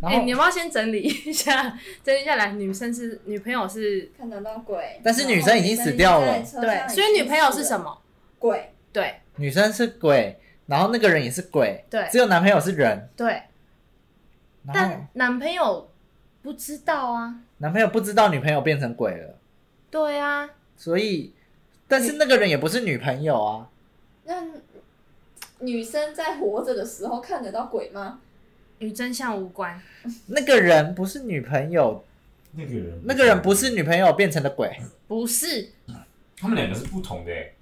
Speaker 1: 然
Speaker 2: 哎、
Speaker 1: 后、
Speaker 2: 你要不要先整理一下？整理下来，女生是女朋友是
Speaker 4: 看得到鬼，
Speaker 1: 但是女生已经死掉了
Speaker 4: 然后女生在车上
Speaker 2: 对，所以女朋友是什么？
Speaker 4: 鬼？
Speaker 2: 对
Speaker 1: 女生是鬼，然后那个人也是鬼，
Speaker 2: 对
Speaker 1: 只有男朋友是人，
Speaker 2: 对，
Speaker 1: 然后
Speaker 2: 但男朋友不知道啊，
Speaker 1: 男朋友不知道女朋友变成鬼了，
Speaker 2: 对啊，
Speaker 1: 所以但是那个人也不是女朋友啊。
Speaker 4: 那女生在活着的时候看得到鬼吗？
Speaker 2: 与真相无关，
Speaker 1: 那个人不是女朋友，
Speaker 7: 那个人，
Speaker 1: 那个人不是，女朋友变成的鬼。
Speaker 2: 不是，
Speaker 3: 他们两个是不同的、欸，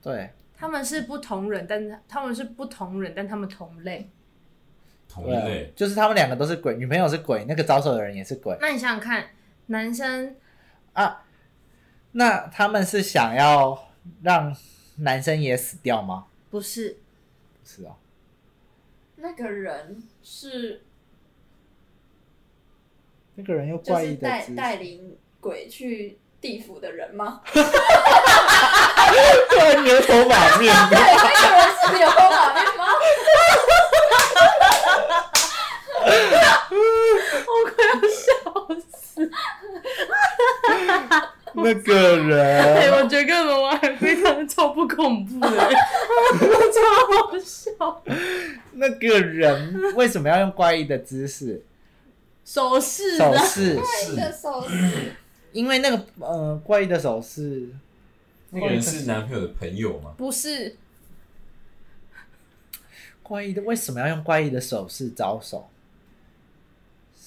Speaker 1: 对，
Speaker 2: 他们是不同人，但是他们是不同人，但他们同类。
Speaker 3: 同一
Speaker 1: 对啊
Speaker 3: 类，。
Speaker 1: 就是他们两个都是鬼，女朋友是鬼，那个招手的人也是鬼
Speaker 2: 那你想想看，男生
Speaker 1: 啊。那他们是想要让男生也死掉吗？
Speaker 2: 不是
Speaker 1: 不是哦，
Speaker 4: 那个人是
Speaker 1: 那个人又
Speaker 4: 就
Speaker 1: 怪
Speaker 4: 是
Speaker 1: 异的
Speaker 4: 带
Speaker 1: 姿势
Speaker 4: 带领鬼去地府的人吗？
Speaker 1: 突然牛啊头马面的。
Speaker 4: <laughs> 对，那个人是牛马面吗？
Speaker 1: 那个
Speaker 2: 哎、
Speaker 1: 人，
Speaker 2: 我觉得跟我们玩非常超不恐怖的、超好笑。
Speaker 1: 那个人为什么要用怪异的姿势、
Speaker 2: 手势
Speaker 1: 手
Speaker 2: 呢？
Speaker 4: <laughs>
Speaker 1: 势？
Speaker 4: 一个手势，
Speaker 1: 因为那个呃怪异的手势，
Speaker 3: 那个人是男朋友的朋友吗？
Speaker 2: 不是，
Speaker 1: 怪异的为什么要用怪异的手势招手？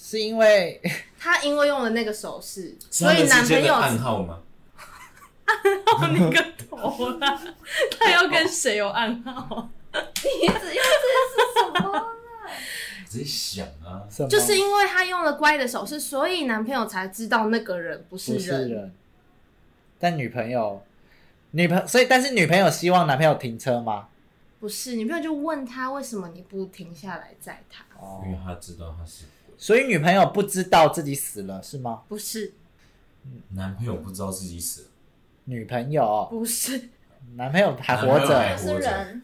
Speaker 1: 是因为，
Speaker 2: 他因为用了那个手势，
Speaker 3: 是
Speaker 2: 所
Speaker 3: 他
Speaker 2: 以
Speaker 3: 们
Speaker 2: 男
Speaker 3: 之
Speaker 2: 朋
Speaker 3: 间的
Speaker 2: 友
Speaker 3: 暗号吗？
Speaker 2: 操你个头 <laughs> 啦！他要跟谁有暗号？
Speaker 4: 你只要这是什么？
Speaker 7: 直接想啊
Speaker 1: 什么？
Speaker 2: 就是因为他用了乖的手势，所以男朋友才知道那个人不是
Speaker 1: 不
Speaker 2: 人。
Speaker 1: 是人，但女朋友，女朋所以但是女朋友希望男朋友停车吗？
Speaker 2: 不是女朋友就问他为什么你不停下来载他？
Speaker 1: 哦
Speaker 3: 因为他知道他是鬼，
Speaker 1: 所以女朋友不知道自己死了是吗？
Speaker 2: 不是，
Speaker 3: 男朋友不知道自己死了，
Speaker 1: 女朋友，
Speaker 2: 不是，
Speaker 1: 男朋友还活
Speaker 3: 男朋友还
Speaker 1: 着
Speaker 3: 活，
Speaker 4: 是人。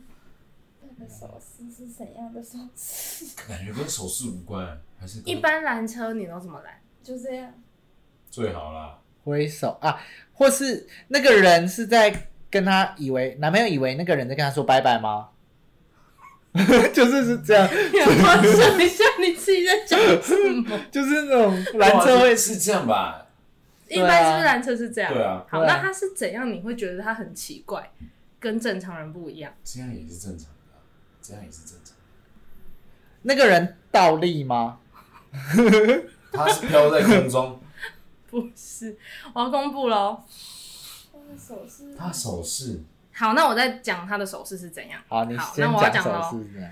Speaker 4: 那个手势是怎样的手势？
Speaker 7: 感觉跟手势无关，还是
Speaker 2: 一般拦车你都怎么拦？
Speaker 4: 就这样，
Speaker 3: 最好啦。
Speaker 1: 挥手啊，或是那个人是在跟他以为男朋友以为那个人在跟他说拜拜吗？ <laughs> 就是是这样，
Speaker 2: 我想一下你自己在讲什
Speaker 3: 啊
Speaker 2: 么？
Speaker 1: 就是那种拦车
Speaker 3: 哇
Speaker 1: 会
Speaker 3: 是这样吧？
Speaker 2: 一般是不是拦车是这样？
Speaker 3: 对啊
Speaker 2: 好，
Speaker 1: 对啊
Speaker 2: 那他是怎样？你会觉得他很奇怪，跟正常人不一样？
Speaker 7: 这样也是正常的啊，这样也是正常的。
Speaker 1: 那个人倒立吗？
Speaker 7: 他是飘在空中，
Speaker 1: <laughs>
Speaker 2: 不是，我要公布喽。
Speaker 4: 那个手势
Speaker 1: 啊
Speaker 3: 他手势，
Speaker 2: 好，那我再讲他的手势是怎样。
Speaker 1: 好，你
Speaker 2: 好
Speaker 1: 先
Speaker 2: 那我要
Speaker 1: 讲
Speaker 2: 讲
Speaker 1: 手
Speaker 2: 咯
Speaker 1: 势是这样。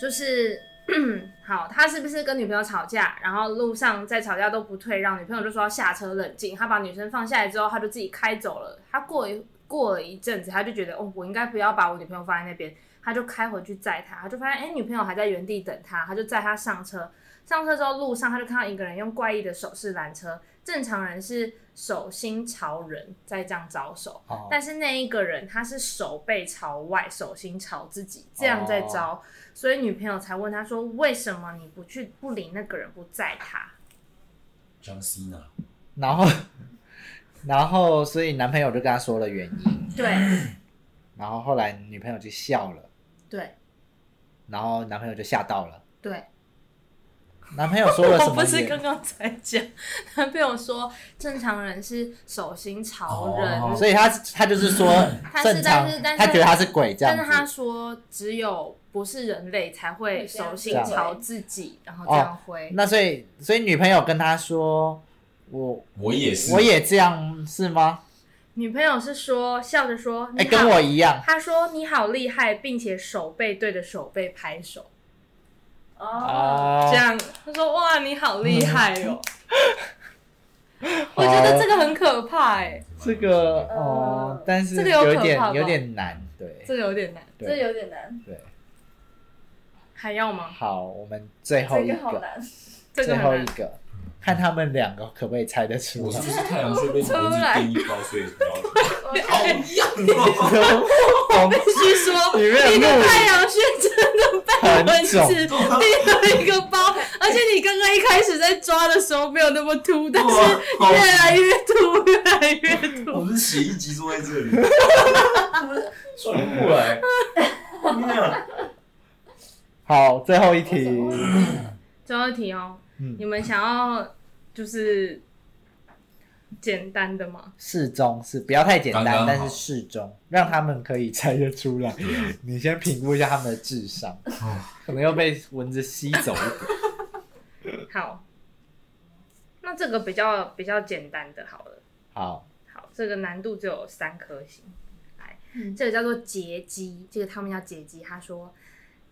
Speaker 2: 就是 <clears throat> 好，他是不是跟女朋友吵架，然后路上在吵架都不退让，女朋友就说要下车冷静，他把女生放下来之后，他就自己开走了。他过一过了一阵子，他就觉得哦，我应该不要把我女朋友放在那边，他就开回去载她，他就发现哎、诶女朋友还在原地等他，他就载她上车。上车之后路上，他就看到一个人用怪异的手势拦车，正常人是手心朝人在这样招手，
Speaker 1: 哦
Speaker 2: 但是那一个人他是手背朝外，手心朝自己，这样
Speaker 1: 哦
Speaker 2: 在招，所以女朋友才问他说：“为什么你不去不理那个人，不载他
Speaker 3: 江西呢？
Speaker 1: 然后然后所以男朋友就跟她说了原因，？”
Speaker 2: 对
Speaker 1: 然后后来女朋友就笑了，
Speaker 2: 对
Speaker 1: 然后男朋友就吓到了，
Speaker 2: 对，
Speaker 1: 男朋友说了什
Speaker 5: 我
Speaker 1: 么
Speaker 5: 不是
Speaker 1: 也？
Speaker 5: 刚刚才讲，
Speaker 2: 男朋友说正常人是手心朝人，
Speaker 3: 哦
Speaker 1: 所以他他就是说
Speaker 2: 但是
Speaker 1: 正常
Speaker 2: 但是但，是
Speaker 1: 他觉得他是鬼这样
Speaker 2: 但
Speaker 1: 子
Speaker 2: 是。他说只有不是人类才会手心
Speaker 1: 会这样
Speaker 2: 朝自己，然后这样挥。
Speaker 1: 哦那所以所以女朋友跟他说，我
Speaker 3: 我也是，
Speaker 1: 我也这样是吗？
Speaker 2: 女朋友是说笑着说：“
Speaker 1: 哎、
Speaker 2: 你好。
Speaker 1: 跟我一样。
Speaker 2: 他说：“你好厉害，并且手背对着手背拍手，
Speaker 4: 哦，
Speaker 1: 哦
Speaker 5: 这样他说哇你好厉害哦， <laughs> 我
Speaker 1: 好
Speaker 5: 觉得这个很可怕哎、
Speaker 1: 这个哦、
Speaker 4: 呃
Speaker 1: 但是
Speaker 5: 这个有可
Speaker 1: 点
Speaker 5: 怕吧
Speaker 1: 有点难，对
Speaker 5: 这个有点难。
Speaker 1: 对
Speaker 4: 这有点难，
Speaker 1: 对。
Speaker 5: 还要吗？
Speaker 1: 好，我们最后
Speaker 4: 这
Speaker 1: 一
Speaker 4: 个好难。
Speaker 5: 这个
Speaker 1: 最
Speaker 5: 很
Speaker 1: 后一
Speaker 5: 难。
Speaker 1: 个，看他们两个可不可以猜得出
Speaker 3: 我
Speaker 1: 来 <laughs>
Speaker 3: 是不。是太阳穴被脖子电一包，所以
Speaker 4: 我
Speaker 3: 好
Speaker 4: 看
Speaker 3: 痒
Speaker 1: <laughs>
Speaker 3: 哦。
Speaker 1: 我们
Speaker 5: 据说
Speaker 1: 里面
Speaker 5: 你
Speaker 1: 有
Speaker 5: 的
Speaker 1: 录
Speaker 5: 太阳穴真的被蚊子叮
Speaker 2: <laughs>
Speaker 5: 了一个包，而且你刚刚一开始在抓的时候没有那么凸，但是越来越凸，越来越
Speaker 3: <laughs> 我
Speaker 5: 凸。
Speaker 3: 们写一集坐在 <laughs> 这里，转不过 <laughs> 来。
Speaker 1: 好，最后一题，
Speaker 2: <laughs> 最后一题哦，
Speaker 1: 嗯
Speaker 2: 你们想要就是简单的吗？
Speaker 1: 适中是不要太简单，
Speaker 3: 刚刚好
Speaker 1: 但是适中，让他们可以猜得出来。
Speaker 3: 啊
Speaker 1: 你先评估一下他们的智商，
Speaker 3: 哦
Speaker 1: 可能又被蚊子吸走一
Speaker 3: <laughs>
Speaker 1: 点。
Speaker 2: 好，那这个比较比较简单的，好了，
Speaker 1: 好，
Speaker 2: 好，这个难度只有三颗星。来，
Speaker 4: 嗯
Speaker 2: 这个叫做劫机，这个他们叫劫机。他说，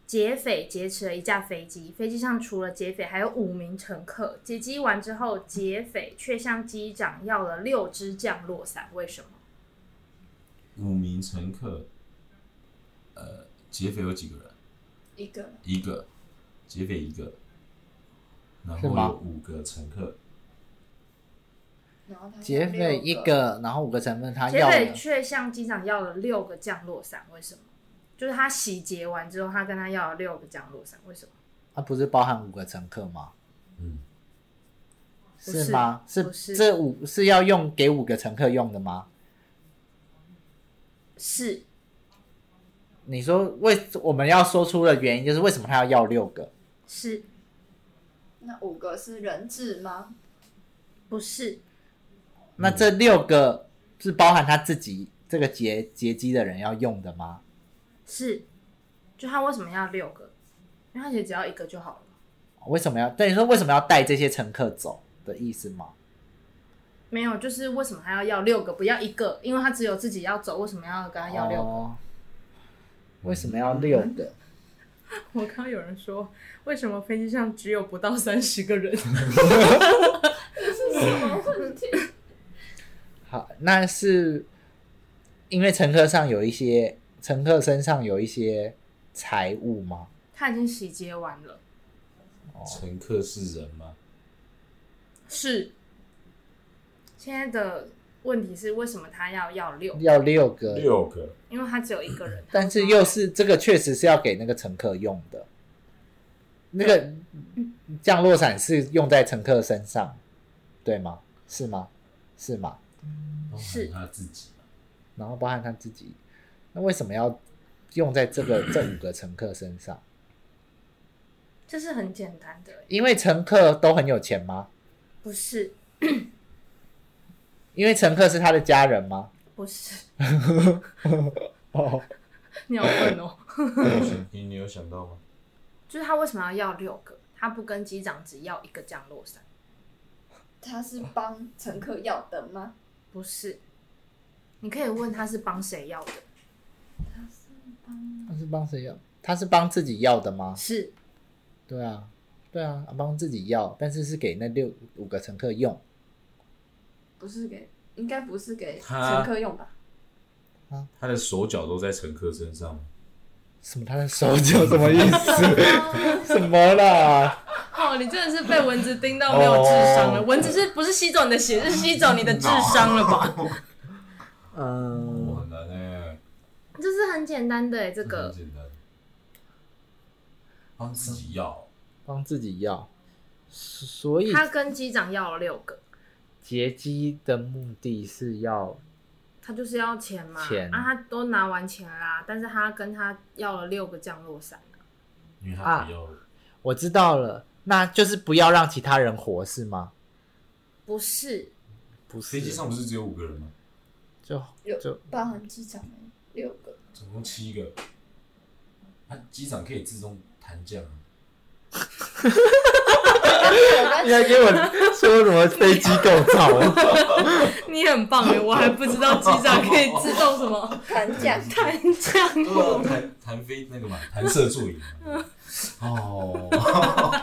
Speaker 2: 劫匪劫持了一架飞机，飞机上除了劫匪还有五名乘客。劫机完之后，劫匪却向机长要了六支降落伞，为什么？
Speaker 3: 五名乘客，呃，劫匪有几个人？
Speaker 4: 一个
Speaker 3: 一个，劫匪一个，然
Speaker 1: 是
Speaker 3: 后
Speaker 1: 吗
Speaker 3: 有五个乘客，
Speaker 4: 然后他
Speaker 1: 劫匪一
Speaker 4: 六，
Speaker 1: 个，然后五个成分他
Speaker 2: 劫
Speaker 1: 要
Speaker 2: 匪
Speaker 1: 了，
Speaker 2: 却向机长要了六个降落伞，为什么？就是他洗劫完之后，他跟他要了六个降落伞，为什么？
Speaker 1: 他不是包含五个乘客吗？
Speaker 3: 嗯，
Speaker 2: 不是
Speaker 1: 是吗？
Speaker 2: 不是
Speaker 1: 这五是要用给五个乘客用的吗？
Speaker 2: 是
Speaker 1: 你说为我们要说出的原因就是为什么他要要六个？
Speaker 2: 是
Speaker 4: 那五个是人质吗？
Speaker 2: 不是？
Speaker 1: 那这六个是包含他自己这个劫劫机的人要用的吗？
Speaker 2: 是，就他为什么要六个？因为他其实只要一个就好了。
Speaker 1: 为什么要？对你说为什么要带这些乘客走的意思吗？
Speaker 2: 没有，就是为什么他要要六个，不要一个？因为他只有自己要走，为什么要跟他要六个？
Speaker 1: 哦为什么要六个？
Speaker 5: 我刚刚有人说，为什么飞机上只有不到三十个人？ <laughs>
Speaker 4: 这是什么问题？
Speaker 1: 好，那是因为乘客上有一些乘客身上有一些财物吗？
Speaker 2: 他已经洗劫完了，
Speaker 3: 乘客是人吗？
Speaker 2: 是。现在的问题是为什么他要要六？
Speaker 1: 要六个，
Speaker 3: 六个，
Speaker 2: 因为他只有一个人。
Speaker 1: 但是又是这个确实是要给那个乘客用的，那个降落伞是用在乘客身上，对吗？是吗？是吗？
Speaker 3: 包
Speaker 2: 是
Speaker 3: 含他自己。 <laughs>
Speaker 1: 然后包含他自己，那为什么要用在这个这五个乘客身上？
Speaker 2: 这是很简单的欸，
Speaker 1: 因为乘客都很有钱吗？
Speaker 2: 不是
Speaker 1: 因为乘客是他的家人吗？
Speaker 2: 不
Speaker 1: <laughs>
Speaker 2: 是， <laughs>
Speaker 1: 哦，
Speaker 5: 你好笨哦！
Speaker 3: 你有想你你有想到吗？
Speaker 2: 就是他为什么要要六个？他不跟机长只要一个降落伞，
Speaker 4: 他是帮乘客要的吗？
Speaker 2: 不是？你可以问他是帮谁要的，
Speaker 4: 他是帮
Speaker 1: 他是帮谁要？他是帮自己要的吗？
Speaker 2: 是
Speaker 1: 对啊，对啊，帮自己要，但是是给那六五个乘客用。
Speaker 4: 不是给，应该不是给
Speaker 3: 他
Speaker 4: 乘客用吧？
Speaker 3: 他的手脚都在乘客身上吗，
Speaker 1: 什么？他的手脚什么意思？什么啦？
Speaker 5: 哦，你真的是被蚊子叮到没有智商了。
Speaker 1: 哦
Speaker 5: 蚊子是不是吸走你的血，是吸走你的智商了吧？
Speaker 2: <laughs>
Speaker 1: 嗯
Speaker 3: 我，很难哎，
Speaker 2: 这是很简单的欸这
Speaker 3: 很
Speaker 2: 个
Speaker 3: 简单，帮自己要
Speaker 1: 帮自己要，所以
Speaker 2: 他跟机长要了六个，
Speaker 1: 劫机的目的是要
Speaker 2: 他就是要钱嘛，
Speaker 1: 钱
Speaker 2: 啊，他都拿完钱啦，但是他跟他要了六个降落伞，
Speaker 3: 因为他不要
Speaker 1: 我知道了，那就是不要让其他人活是吗？
Speaker 2: 不是，
Speaker 1: 不是
Speaker 3: 飞，机上不是只有五个人吗？
Speaker 1: 就
Speaker 4: 有
Speaker 1: 就
Speaker 4: 包含机长六个，
Speaker 3: 总共七个，他机长可以自动弹降啊，
Speaker 1: 你还给我说什么飞机构造哦？
Speaker 5: 你很棒哎，我还不知道机长可以自动什
Speaker 4: <laughs>
Speaker 5: 么
Speaker 4: 砍价
Speaker 5: 弹降
Speaker 3: 对啊嗯
Speaker 5: 落。
Speaker 3: 弹弹飞那个嘛，弹射座椅嘛。哦，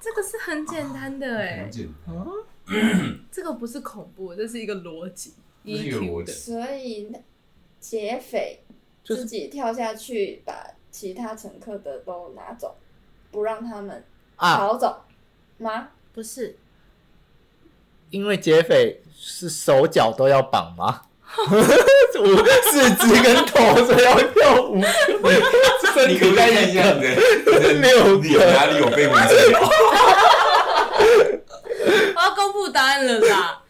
Speaker 5: 这个是很简单
Speaker 2: 欸
Speaker 5: 的哎
Speaker 3: 啊很，简单，
Speaker 5: 这个不是恐怖，这是一个逻辑
Speaker 3: 这是一个逻
Speaker 2: E
Speaker 5: EQ 的。
Speaker 3: 辑。
Speaker 4: 所以那劫匪
Speaker 1: 就是
Speaker 4: 自己跳下去把其他乘客的都拿走，不让他们
Speaker 1: <laughs> 啊，
Speaker 4: 逃走吗？
Speaker 2: 不是，
Speaker 1: 因为劫匪是手脚都要绑吗？五四肢跟头，所以要跳
Speaker 3: <laughs>
Speaker 1: 舞，身体
Speaker 3: 以
Speaker 1: 在
Speaker 3: 看
Speaker 1: 一
Speaker 3: 一下
Speaker 1: <laughs> 个
Speaker 3: 你的啊
Speaker 1: 六
Speaker 3: 你哪
Speaker 1: 个，
Speaker 3: 里有被蚊子咬？
Speaker 5: 我要公布答案了啦！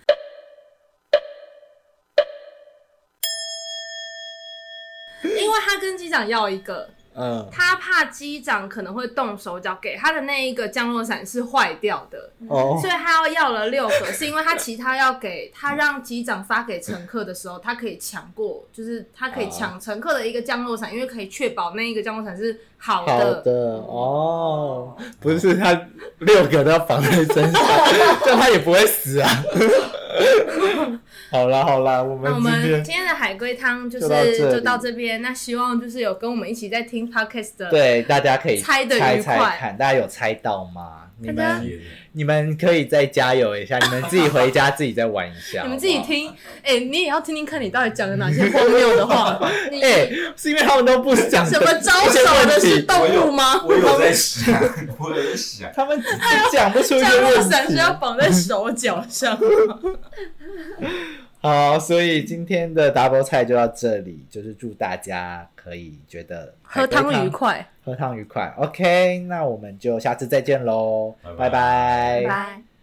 Speaker 2: 因为他跟机长要一个，
Speaker 1: 嗯，
Speaker 2: 他怕机长可能会动手脚，给他的那一个降落伞是坏掉的，
Speaker 1: 哦
Speaker 2: 所以他要要了六个，是因为他其他要给他让机长发给乘客的时候，他可以抢过，就是他可以抢乘客的一个降落伞，因为可以确保那一个降落伞是好
Speaker 1: 好
Speaker 2: 的。
Speaker 1: 的哦，不是他六个都要绑在身
Speaker 5: <laughs>
Speaker 1: 上，这样他也不会死啊。好啦好啦，我
Speaker 2: 那我
Speaker 1: 们
Speaker 2: 们
Speaker 1: 今天
Speaker 2: 今天的海龟汤就
Speaker 1: 就
Speaker 2: 是
Speaker 1: 到这里
Speaker 2: 就到这边，那希望就是有跟我们一起在听 podcast 的，
Speaker 1: 对大家可以
Speaker 2: 猜得愉
Speaker 1: 猜
Speaker 2: 快
Speaker 1: 猜看，大家有猜到吗？你
Speaker 2: 大家
Speaker 1: 们
Speaker 3: 天哪
Speaker 1: 你们可以再加油一下，你们自己回家自己再玩一下。
Speaker 5: 你们自己
Speaker 1: 好不好。
Speaker 5: 听，哎、你也要听听看你到底讲了哪些荒谬的
Speaker 1: <laughs>
Speaker 5: 话。你
Speaker 1: 哎、是因为他们都不讲
Speaker 5: 什么招
Speaker 2: 啊
Speaker 5: 手的是动物吗？
Speaker 3: 我有在想，我有在想，
Speaker 1: 他们只是讲不出一
Speaker 5: <laughs> 降
Speaker 1: 个
Speaker 5: 落
Speaker 1: 问
Speaker 5: 伞是
Speaker 1: 题。
Speaker 5: 要绑在手脚上。
Speaker 1: 好，所以今天的 double 菜就到这里，就是祝大家可以觉得
Speaker 5: 喝
Speaker 1: <laughs> 海龟
Speaker 5: 汤愉快。
Speaker 1: 喝汤愉快。OK，那我们就下次再见喽，
Speaker 3: 拜拜
Speaker 1: 拜拜
Speaker 2: 拜。